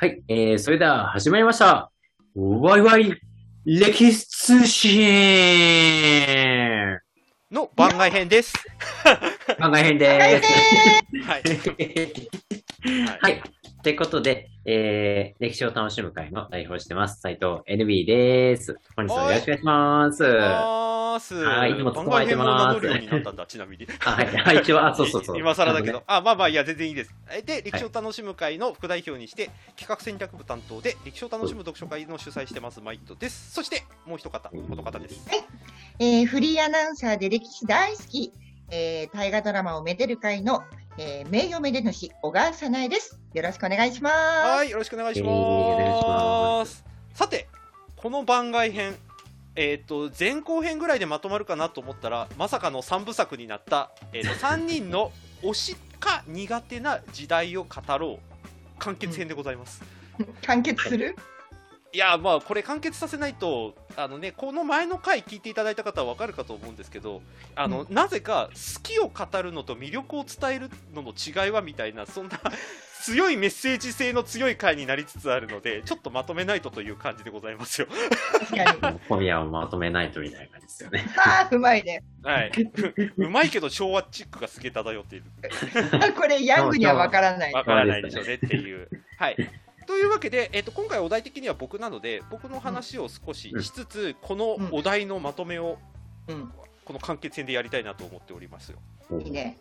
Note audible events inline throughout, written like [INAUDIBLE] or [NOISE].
はい、えー、それでは始まりました。ワイワイ歴史通信の番外編です。番外編で [LAUGHS] はい。す。はい。ということで、えー、歴史を楽しむ会の代表してます、斉藤 NB です。本日はよろしくお願いします。ははーす。はい今番外編も名乗るよう捕まえてますになったんだ、ちなみに。い、あ一応、あ、そうそうそう。 [LAUGHS] 今更だけどあ。。あ、まあまあ、いや、全然いいです。えで、歴史を楽しむ会の副代表にして、企画戦略部担当で、歴史を楽しむ読書会の主催してます、マイトです。そして、もう一方、この方です。えーフリーアナウンサーで歴史大好き、えー大河ドラマをめでる会の、えー名誉めで主、小川さなえです。よろしくお願いします。はい、よろしくお願いします。えーお願いしますさて、この番外編、えっ、と、前後編ぐらいでまとまるかなと思ったら、まさかの3部作になった、えー [LAUGHS] と3人の推しか苦手な時代を語ろう、完結編でございます。完結する、いやまあこれ完結させないとあのねこの前の回聞いていただいた方はわかるかと思うんですけどあの、なぜか好きを語るのと魅力を伝えるのの違いはみたいなそんな強いメッセージ性の強い回になりつつあるのでちょっとまとめないとという感じでございますよ確かに。今夜をまとめないとみたいな感じですよね。ああ、うまいね。はい [LAUGHS] うまいけど昭和チックがすげえ漂っているあこれ、ヤングにはわからない。わからないでしょうねっていう。はいというわけで、えっと今回お題的には僕なので僕の話を少ししつつ、このお題のまとめをうん、この完結編でやりたいなと思っておりますよ。いいね。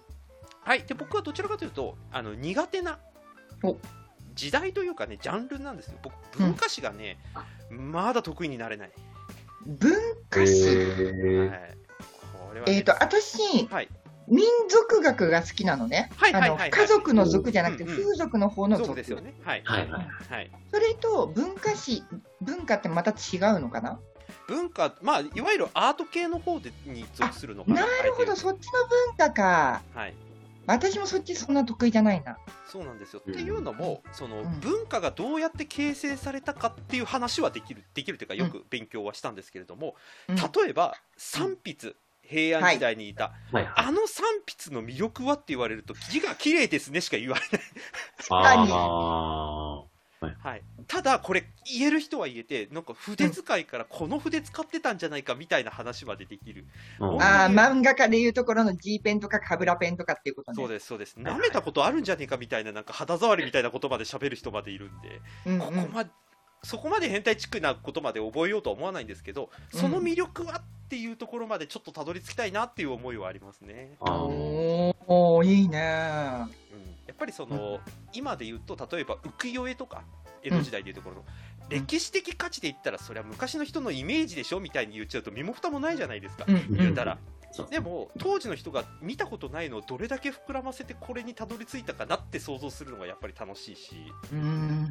はい、で僕はどちらかというとあの苦手なお時代というかねジャンルなんですよ。僕文化史がね、まだ得意になれない。文へ化史。はいー、これはね、えっ、と、私、はい民族学が好きなのね。はいあはいの、はいはい家族の族じゃなくて、うんうん風俗の方のそう族。ですよね。はい、はいはい。はい、それと、文化史、文化ってまた違うのかな文化まあいわゆるアート系の方でに属するのかな。なるほど、そそっちの文化か。はい。私もそっちそんな得意じゃないな。そうなんですよ、うんっていうのもその、うん文化がどうやって形成されたかっていう話はできるできるというかよく勉強はしたんですけれども、うん例えば三筆平安時代にいた、はいはい。あの三筆の魅力はって言われると字が綺麗ですねしか言われない、かにあはい、ただこれ言える人は言えてなんか筆使いからこの筆使ってたんじゃないかみたいな話までできる、ーうんああ、漫画家でいうところの G ペンとかカブラペンとかっていうことね。そうでですそうですいはい舐めたことあるんじゃねえかみたいななんか肌触りみたいなことまで喋る人までいるんで。す。うんここまそこまで変態チックなことまで覚えようとは思わないんですけどその魅力はっていうところまでちょっとたどり着きたいなっていう思いはありますね、あーおおいいねー。うん、やっぱりその、今で言うと例えば浮世絵とか江戸時代でいうところの、歴史的価値で言ったらそれは昔の人のイメージでしょみたいに言っちゃうと身も蓋もないじゃないですか、うん言うたらそうでも当時の人が見たことないのをどれだけ膨らませてこれにたどり着いたかなって想像するのがやっぱり楽しいし、うん。うん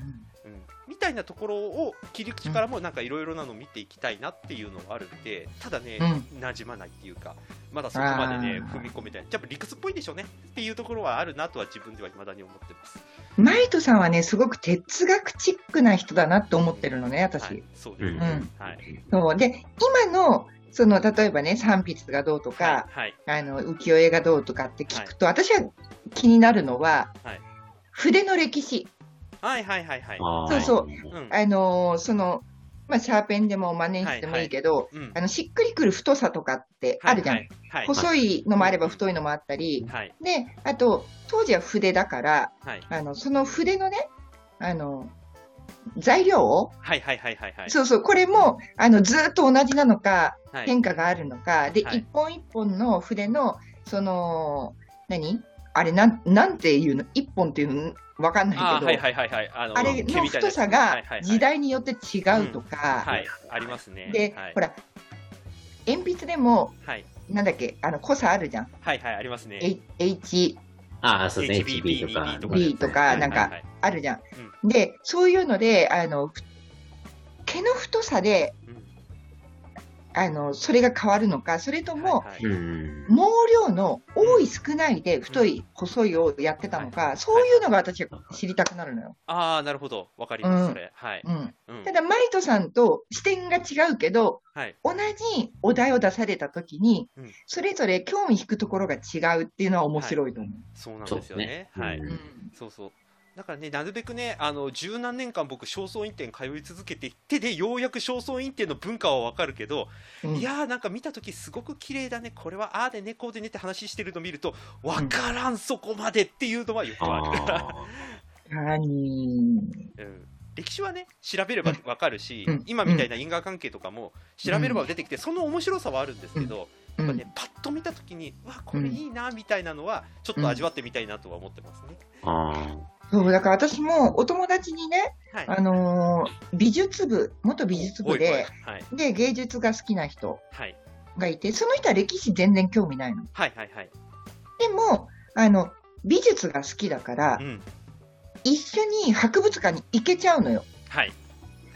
みたいなところを切り口からもなんかいろいろなのを見ていきたいなっていうのはあるんでただね、う馴染まないっていうかまだそこまでねあー踏み込めてないやっぱ理屈っぽいでしょうねっていうところはあるなとは自分ではいまだに思ってますマイトさんはね、すごく哲学チックな人だなと思ってるのね、私。はい、そううですんね、うんはいそうで、今の、その、例えばね、三筆がどうとか、はいあの浮世絵がどうとかって聞くと、私は気になるのは、はい筆の歴史。はいはいはいはいはあーそうそうはいいうんあのーその、まあ、シャーペンでもマネしてもいいけど、うんあのしっくりくる太さとかってあるじゃん、はいはいはい細いのもあれば太いのもあったり、はいであと当時は筆だからはいあのその筆のねあの材料を、はいはいはいはいはいそうそうこれもあのずっと同じなのかはい変化があるのか、で、はい一本一本の筆のその何あれなんなんていうの一本っていうのわかんないけあーどあ,、はいはいはいはいあのれ毛のみたいな太やつさはがいはいはい時代によって違うとか、はいありますねで、はいほら鉛筆でもはいなんだっけあの濃さあるじゃん、はいはいありますね H- H あー、そうですね。 HB HB とか。 B とかなんはいかはいあるじゃん、でそういうのであのふ毛の太さでうんあのそれが変わるのかそれとも、はいはいうん。毛量の多い少ないで太い細いをやってたのはいはかいそういうのが私は知りたくなるのよ、ああ、なるほど。わかります、うんそれ。はい。うん、うんただマイトさんと視点が違うけどはい。同じお題を出された時にうんそれぞれ興味引くところが違うっていうのは面白いと思う、そうなんですよね。そうはねい、うんうんそうそう。だからね、なるべくね、あの、十何年間僕、正倉院展通い続けていってで、ようやく正倉院展の文化はわかるけど、うんいやーなんか見たときすごく綺麗だね、これはああでね、こうでねって話してるの見ると、わからん、そこまでっていうのはよくあるから。あ確かに。 [LAUGHS] うん歴史はね調べればわかるし、うん今みたいな因果関係とかも調べれば出てきて、その面白さはあるんですけど、うやっぱんね、パッと見た時にうわこれいいなみたいなのはちょっと味わってみたいなとは思ってますね。ーあそう、だから私もお友達にね、はい、あのー美術部、元美術部で、おいおいはいで、芸術が好きな人はいがいて、その人は歴史全然興味ないの。はいはいはい、でも、あの、美術が好きだからう、ん一緒に博物館に行けちゃうのよ。はいはい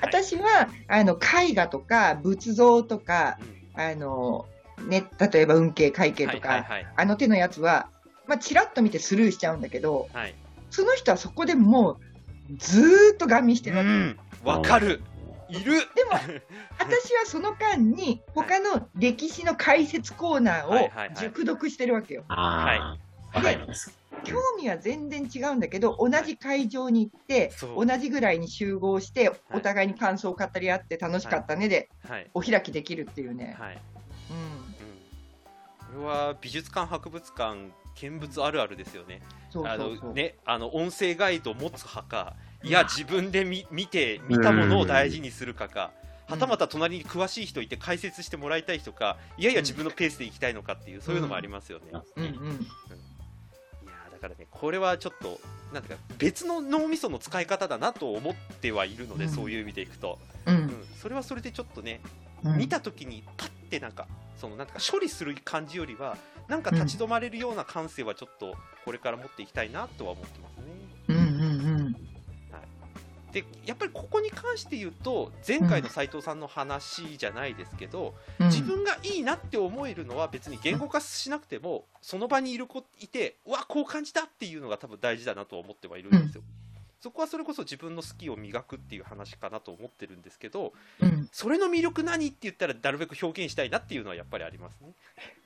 私は、あの、絵画とか、仏像とか、うんあの、ね、例えば運慶会計はといか、はいはいあの手のやつは、まあ、チラッと見てスルーしちゃうんだけど、はいその人はそこでもう、ずーっとガン見してうるわけ。んわかるいる [LAUGHS] でも、私はその間に、他の歴史の解説コーナはいはいはーをい熟読してるわけよ。ー。あー。わかります。興味は全然違うんだけど、同じ会場に行って、そ同うじぐらいに集合して、お互いに感想を語り合って、楽しかったねで、はいお開きできるっていうね。はいうん。うん、これは美術館博物館見物あるあるですよね。そうあそうそのう。ね、あの音声ガイドを持つ派か、いや、自分で見見て、見たものを大事にするかか、うんはたまた隣に詳しい人いて解説してもらいたい人か、いやいや、うん自分のペースで行きたいのかっていう、そういうのもありますよね。うんうん。いやーだからね、これはちょっと、なんていうか、別の脳みその使い方だなと思ってはいるので、うんそういう意味でいくと、ううんん、それはそれでちょっとね、うん見た時に、パってなんか、そのなんか処理する感じよりは、なんか立ち止まれるような感性は、ちょっとこれから持っていきたいなとは思ってますね。うんうんでやっぱりここに関して言うと前回の斉藤さんの話じゃないですけど、うん。自分がいいなって思えるのは別に言語化しなくても、その場にいる子いてうわこう感じたっていうのが多分大事だなとは思ってはいるんですよ。そこはそれこそ自分の好きを磨くっていう話かなと思ってるんですけどうん、それの魅力何って言ったらなるべく表現したいなっていうのはやっぱりありますね。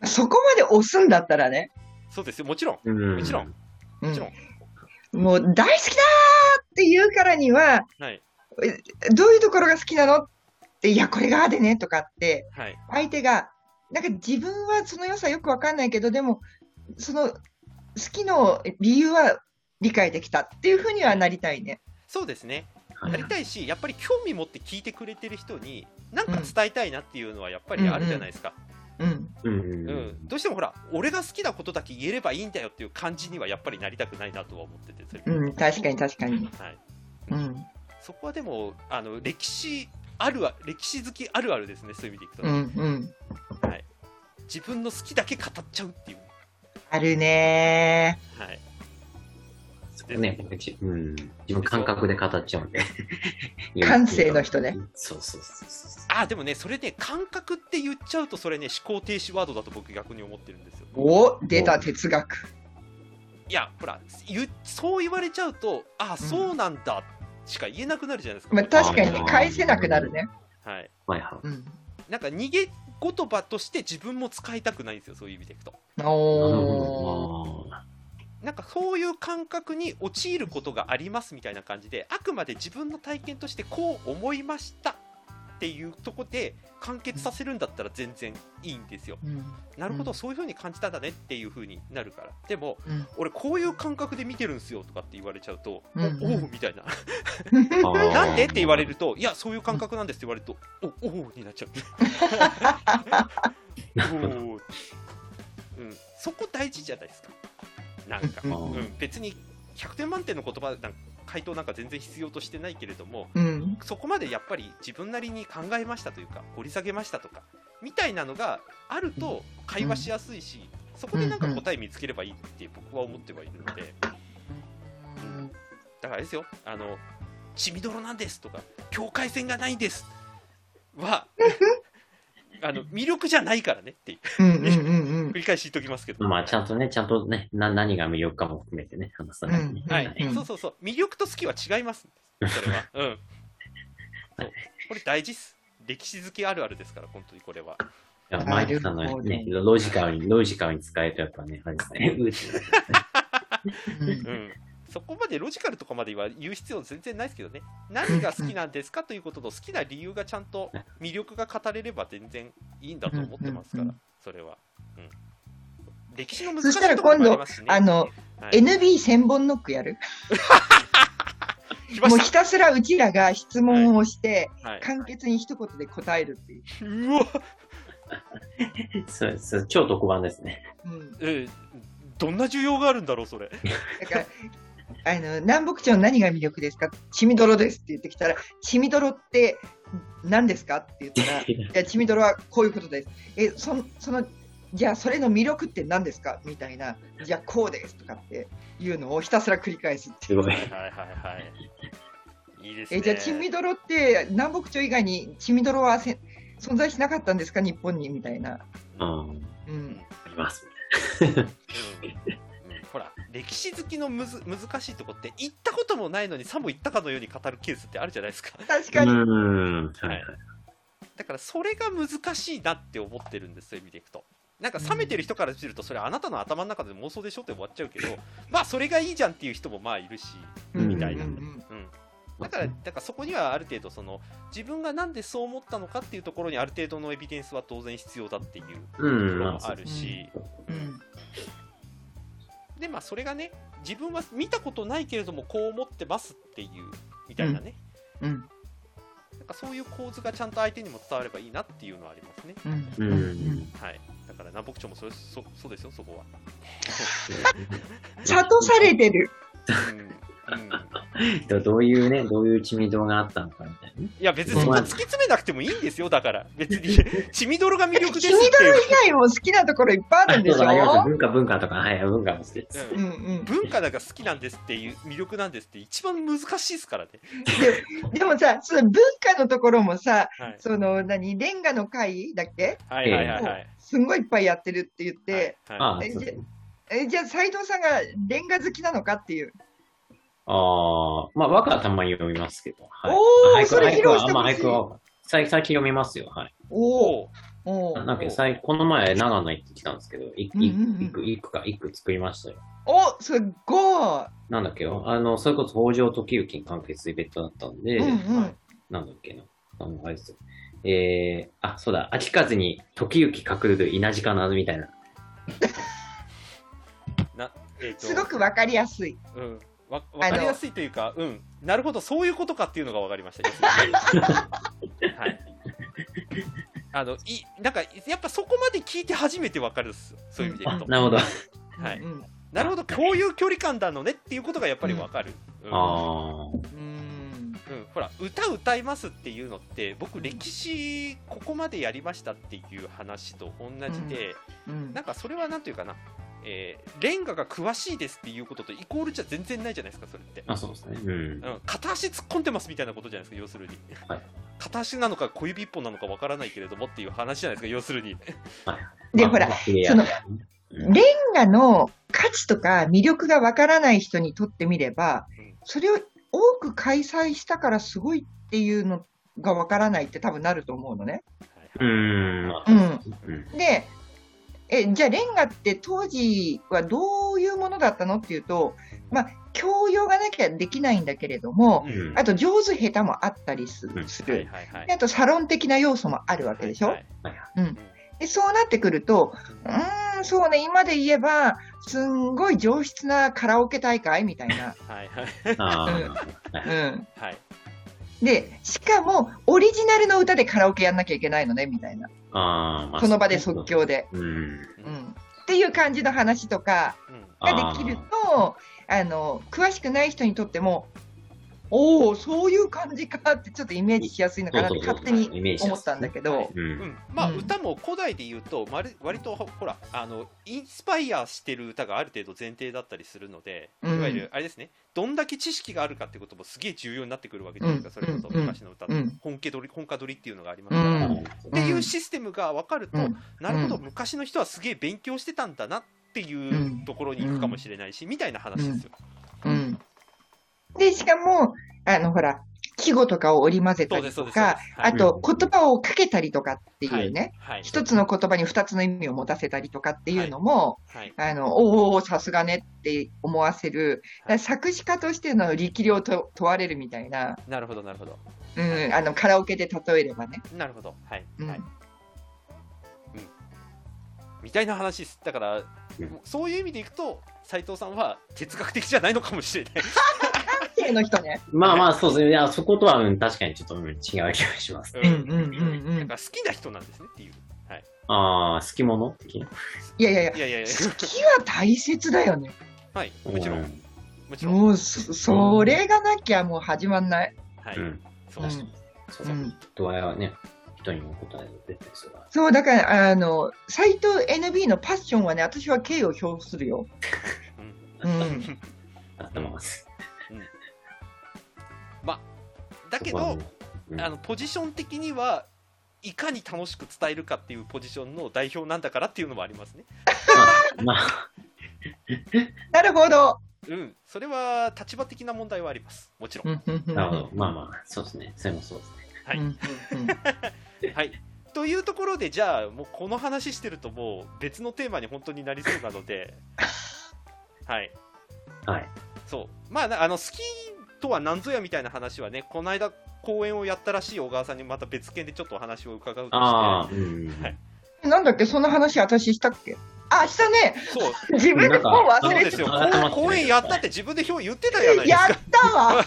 そこまで押すんだったらね、そうですよもちろんももちろん。うもちろん、ん、もう大好きだーって言うからには、はいどういうところが好きなのって、いや、これがああでねとかって、はい相手が、なんか自分はその良さよくわかんないけど、でも、その好きの理由は理解できたっていうふうにはなりたいね。そうですねはいなりたいし、やっぱり興味持って聞いてくれてる人に、なんか伝えたいなっていうのはやっぱりあるじゃないですか、うん、うんうんうん。どうしてもほら、俺が好きなことだけ言えればいいんだよっていう感じにはやっぱりなりたくないなとは思ってて、それうん、確かに確かに。はい、うん、そこはでもあの歴史あるあ歴史好きあるあるですね、そういう意味でいくと、うねん、うん。自分の好きだけ語っちゃうっていう。あるねはいそこね、僕じうん。自分感覚で語っちゃうんで。 [LAUGHS] 感性の人ね。そうそうそうそう。あーでもね、それね、感覚って言っちゃうと、それね、思考停止ワードだと僕、逆に思ってるんですよ。ー。お出た哲学。いや、ほら、言うそう言われちゃうと、ああ、そうなんだしか言えなくなるじゃないですか。まあ、確かにあねー、返せなくなるね。はい、はいはうん。なんか逃げ言葉として自分も使いたくないんですよ、そういう意味でいくと。い。なるおー。ほどな。なんかそういう感覚に陥ることがありますみたいな感じで、あくまで自分の体験としてこう思いましたっていうとこで完結させるんだったら全然いいんですよ。うんなるほうど、んそういう風に感じたんだねっていう風になるから。でも、うん俺こういう感覚で見てるんすよとかって言われちゃうと、おうんうんおうみたいな。あーなんでって言われると、いや、そういう感覚なんですって言われると、おおーにな [LAUGHS] っちゃう。おーうん、そこ大事じゃないですか。なんか、うんうん、別に100点満点の言葉なんか回答なんか全然必要としてないけれども、うん。そこまでやっぱり自分なりに考えましたというか、掘り下げましたとか、みたいなのがあると会話しやすいし、そこでなんか答え見つければいいって僕は思ってはいるので。だからあれですよ、あの、血みどろなんですとか、境界線がないんですは、あの、魅力じゃないからねっていう、うんうんうん繰り返し言っておきますけど。まあ、ちゃんとね、ちゃんとね、な何が魅力かも含めてね、話さないとね。うんはい、そうそうそう、魅力と好きは違います。それ [LAUGHS] は。うん。そうこれ大事っす。歴史好きあるあるですから、本当にこれは。いや、なマイるクほさんどのね、ロ [LAUGHS] ジカルに、ロジカルに使えるとやっぱね、あれですね、うーってなるうん。うん。そこまでロジカルとかまでは言う必要全然ないですけどね何が好きなんですかということの好きな理由がちゃんと魅力が語れれば全然いいんだと思ってますかうんうらんそれは、うん、歴史の難しそいしたらところもありますしねあの、はい NB 千本ノックやる来まもうしひたすらうちらが質問をして、た、はい、簡潔に一言で答えるっていう。うわそうです。超特番ですね。うん、えーどんな需要があるんだろうそれだから [LAUGHS] あの南北朝の何が魅力ですか血みどろですって言ってきたら血みどろって何ですかって言ったらいや血みどろはこういうことですえそんそのじゃあそれの魅力って何ですかみたいなじゃあこうですとかっていうのをひたすら繰り返すってすいうごい。はいはいはいいいですねえじゃあ血みどろって南北朝以外に血みどろはせ存在しなかったんですか日本にみたいな、 [LAUGHS] うん。うん、あります。うんうんほら歴史好きのむず難しいとこって行ったこともないのにさも行ったかのように語るケースってあるじゃないですか [LAUGHS] 確うかに、ん。はいはい。だからそれが難しいなって思ってるんですそういう意味でいくとなんか冷めてる人からするとそれあなたの頭の中で妄想でしょって終わっちゃうけど [LAUGHS] まあそれがいいじゃんっていう人もまあいるしうんみたいなうんうんうんだからだからそこにはある程度その自分がなんでそう思ったのかっていうところにある程度のエビデンスは当然必要だっていうとこうん。ろまもあ、あるし、うんでまあそれがね自分は見たことないけれどもこう思ってますっていうみたいなね、うんなんかそういう構図がちゃんと相手にも伝わればいいなっていうのはありますねうんううんん。はいだから南北朝もそれそそうですよそこは諭されてるうん、うん、いどどういうね、どういう知名度があったのかみたいなね。や別にそこ突き詰めなくてもいいんですよだから別に血みどろが魅力ですって血みどろ以外も好きなところいっぱいあるんでしそうだありがとうょ文化、文化とか、はい、文化も好きです。ううんんうん文化なんか好きなんですっていう魅力なんですって一番難しいですからね、ででもさ、その文化のところもさ、はい、その何、レンガの会だっけはいはいはいはいすんごいいっぱいやってるって言って、はいああ、はいそうですねえじゃあ斎藤さんがレンガ好きなのかっていう。ああ、まあ、和歌はたまに読みますけど。はい、おー俳句それ披露し俳てほしい句はまあ、俳句は、最最近読みますよ。はい。おおおうおおなんか最この前、長野行ってきたんですけど、いいうんうんうんいく、いくか、いく作りましたよ。おすっごい、なんだっけよあの、それこそ北条時行に関係するイベントだったんで、うんうんはいなんだっけな。あの、あれですよ。えー、あ、そうだ、秋風に時行隠る稲地かな、みたいな。なえーとすごくわかりやすい。うん、わわかりやすいというか、うん、なるほど、そういうことかっていうのが分かりました、 [LAUGHS] 要するにはい、あのいなんかやっぱそこまで聞いて初めて分かるです、そういう意味で言あうと、なるほど。はいうんなるほど、こういう距離感なのねっていうことがやっぱり分かる、うあーんうんうんほら、歌歌いますっていうのって、僕、歴史、ここまでやりましたっていう話と同じで、うんなんかそれはなんというかな、えーレンガが詳しいですっていうこととイコールじゃ全然ないじゃないですか、それって。あ、そうですね。うん。うん、片足突っ込んでますみたいなことじゃないですか、要するに。はい片足なのか小指一本なのかわからないけれどもっていう話じゃないですか、要するに。で、まあほら、レン、そのうんガの価値とか魅力がわからない人にとってみればうん、それを多く開催したからすごいっていうのがわからないって多分なると思うのね。うーん、まあうんうん。でえじゃあレンガって当時はどういうものだったのっていうと、まあ、教養がなきゃできないんだけれども、うんあと上手下手もあったりすうんすはいはいる、はいはいであとサロン的な要素もあるわけでしょ、はいでそうなってくるとうーんそうね今で言えばすんごい上質なカラオケ大会みたいな、はいはいあうん [LAUGHS] ーうん、はいでしかもオリジナルの歌でカラオケやんなきゃいけないのねみたいなあー、まあその場で即。興で、うん。うん、っていう感じの話とか。うんができるとあの詳しくない人にとってもおおそういう感じかってちょっとイメージしやすいのかなって勝手に思ったんだけどう。うんんまあうん歌も古代で言うとまる割とほほらあのインスパイアしてる歌がある程度前提だったりするのでいうんわゆるあれですねどんだけ知識があるかってこともすげえ重要になってくるわけじゃないですかうそんれこそ昔の歌ってうん本家取り本家取りっていうのがありますからううんんっていうシステムが分かると、うんなるほど、うん昔の人はすげえ勉強してたんだなっていんうところに行くかもしれないし、みたいな話ですよ。うんでしかもあのほら季語とかを織り交ぜたそうでりす、そとうです。そうかで、すはあいと言葉をかけたりとかっていうね、はい。一つの言葉に二つの意味を持たせたりとかっていうのも、はい。あのおーおー、さすがねって思わせる、だから作詞家としての力量と問われるみたいな、なるほど、なるほど。うん、あのカラオケで例えればね。なるほど。はい。うんはい。みたいな話です。だからうん、そういう意味でいくと、斉藤さんは哲学的じゃないのかもしれない。性の人ね。まあまあ、そうですね。いや、そことは、うん、確かにちょっと、うん違う気がします。うんうんうんうんなんか好きな人なんですねっていう。ああ、好き者的ないやいやい [LAUGHS] や、いやい [LAUGHS] やいや。好きは大切だよね。はい。もちろ。うんもちろん。もうそ、それがなきゃもう始まんない。はい。うん。そううんそうそううだ。ん、人はね、人にも答える出てすが。そう、だから、あの、斎藤 NB のパッションはね、私は敬意を表す [LAUGHS] るよ。うんうん。あってます。まあ、だけそこはどね、うんあのポジション的にはいかに楽しく伝えるかっていうポジションの代表なんだからっていうのもありますね。まあ、なるほど。うん、それは立場的な問題はあります。もちろん。うんうんうんなるほど。まあまあ、そうですね。それもそうですね。はいうんうんはい。というところで、じゃあ、もうこの話してると、もう別のテーマに本当になりそうなので、はい。はい。そう。まあな、あの、好きとは何ぞやみたいな話はね、この間、講演をやったらしい小川さんにまた別件でちょっとお話を伺うとして、ああ、うん。はいうんなんだっけ、そんな話私したっけあ、したねそう、自分で本そ忘うれでてすよ。ああ講演やったって自分で表言ってたじゃないですやか。ったわ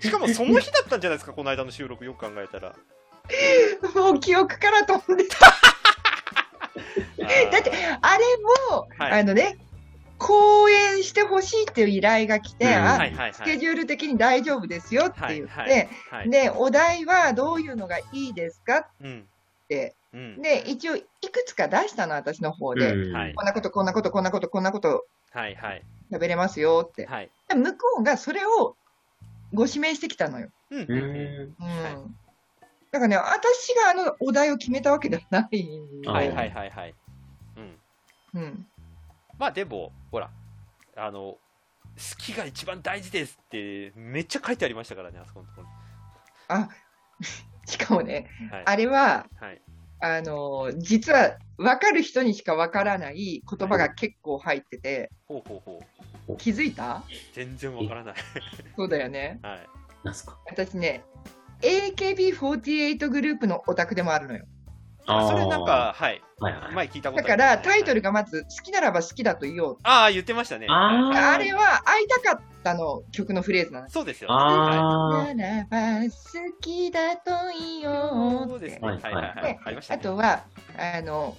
しかもその日だったんじゃないですか、この間の収録、よく考えたら。もう記憶から飛んでた。だって、あれも、はいあのね、講演してほしいっていう依頼が来て、うんあはいはいスはケい。ジュール的に大丈夫ですよって言って、はいはいはい、で、お題はどういうのがいいですかっうん。て、うん。で、一応いくつか出したの、私の方で。うんはいこんなこと、こんなこと、こんなこと、こんなことはいはい。喋れますよって。はい。で向こうがそれをご指名してきたのよ。うん。ううん。んうん。はいだからね、私があのお題を決めたわけではないんで。はいはいはいはい。うん。うん。まあでも、ほら、あの、好きが一番大事ですって、めっちゃ書いてありましたからね、あそこのところに。しかもね、はい。あれは、はい。あの、実は分かる人にしか分からない言葉が結構入ってて、ほうほうほう。気づいた全然わからない。そうだよね。はい。なんすか。私ね、AKB48 グループのオタクでもあるのよ。あーそれなん、か、はい。はいはい前聞いたことだあるから、タイトルがまず、好きならば好きだと言おう。ああ、言ってましたね。あーはいあれは、会いたかったの曲のフレーズなの。そうですよ。はああ、ならば好きだと言おそううっですてね。。はいはいはいで。ありましたあね。とは、あの、好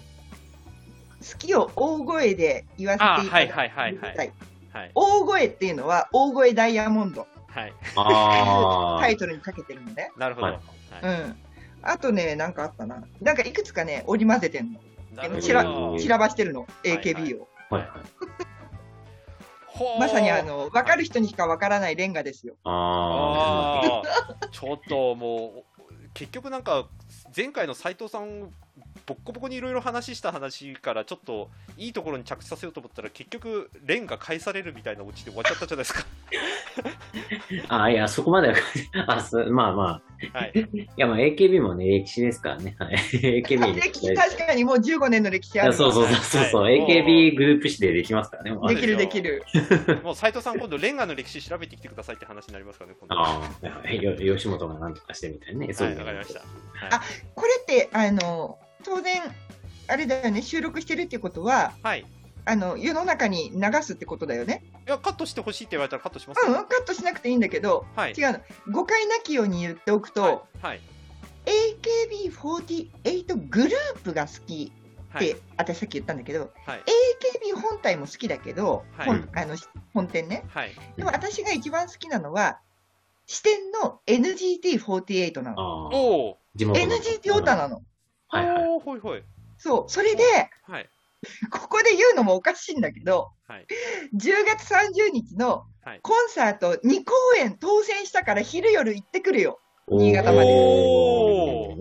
きを大声で言わせていただきあはいはいはいはたいい。はい。大声っていうのは、大声ダイヤモンド。はい。ああタイトルにかけてるのね。なるほど。はいはうん。あとね、なんかあったな。なんかいくつかね、織り交ぜてんの。い。なるほちらど散らばしてるの、いはい AKB を。はいはい。ほーまさにあの、わかる人にしかわからないレンガですよ。あああ、ちょっともう、結局なんか、前回の斉藤さん、ボッコボコにいろいろ話した話から、ちょっといいところに着地させようと思ったら、結局、レンが返されるみたいなオチで終わっちゃったじゃない [LAUGHS] ですか。あ。ああ、いや、そこまでは、あ、すまあまあ。はい、いや、まあ AKB もね、歴史ですからね。 [LAUGHS] はい。AKB に歴史確かにもう15年の歴史いあやる。そうそうそうそうそう、はい AKB グループ誌でできますからね。もうできるできる。もう斉藤さん、今度、レンガの歴史調べてきてくださいって話になりますからね、今度は。ああ、はいよ吉本がなんとかしてみたいなね。はい、いうのわかりました。。これって、あの、当然、あれだよね、収録してるってことは、はい。いあの、世の中に流すってことだよね。や、カットしてほしいって言われたらカットしますうよん、カットしなくていいんだけど、はい。違うの。誤解なきように言っておくと、はい。 AKB48 グループが好きっはて、い。私さっき言ったんだけど、はい。 AKB 本体も好きだけど、はい本あのし本店ね。はい。でも私が一番好きなのは、支店の NGT48 なの。ああ、おお。地元の NGT オタなの。はいはい。おお、ほいほい。そう。それで、はい。ここで言うのもおかしいんだけど、はい10月30日のはいコンサート2公演当選したから昼夜行ってくるよ。新潟までおー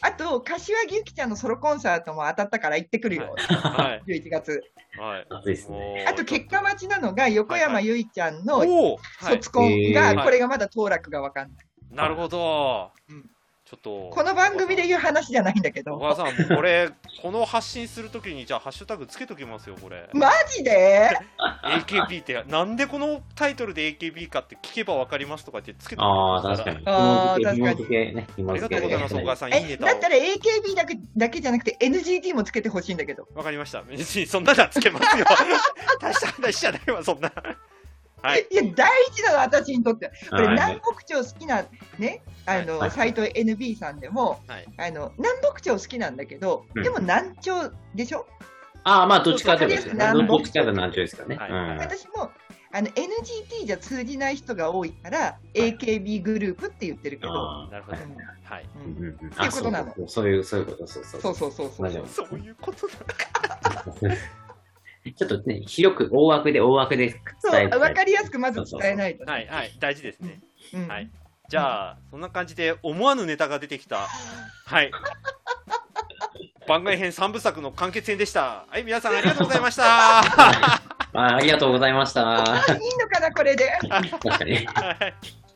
あと、柏木由紀ちゃんのソロコンサートも当たったから行ってくるよ。はい。 11月。はい。暑いですね。もうあと、結果待ちなのが横山由依ちゃんのおお、はい、卒コンへーが、これがまだ当落がわかんない。なるほど、うんちょっとこの番組で言う話じゃないんだけ小ど川さんもうこれこの発信するときにじゃあハッシュタグつけときますよこれマジで AKB ってなんでこのタイトルで AKB かって聞けばわかりますとかってつけときああ、ます確かに。あー紐付け、紐付けね。紐ありが付とうけでござやいまってす小ない川さんいいえネだタったをら AKB だけだけじゃなくて NGT もつけてほしいんだけどわかりました別にそんなのはつけますよ [LAUGHS] 大した話じゃないわそんなはいいや大事なの私にとってこれはい南北朝好きなねあの、はい斎藤 NB さんでも、はいあの南北朝好きなんだけど、うんでも南朝でしょ、ああ、まあ、どっちかというとですね。そうどっちかというと南中ですからね。はいうん私もあの NGT じゃ通じない人が多いから、AKB グループって言ってるけど、あーなるほどうんはいうんうんうんていうことなのあそうそういう、そういうこと、そうそうそうそうそうそう大丈夫そういうことだ [LAUGHS] ちょっとね、広く、大枠で、大枠でそう伝え分かりやすくまず伝えないとね、はいはい大事ですねうんはいじゃあそんな感じで思わぬネタが出てきた [LAUGHS] はい番外編3部作の完結編でしたはい皆さんありがとうございました [LAUGHS] あーありがとうございました。いいのかなこれで確かに。はい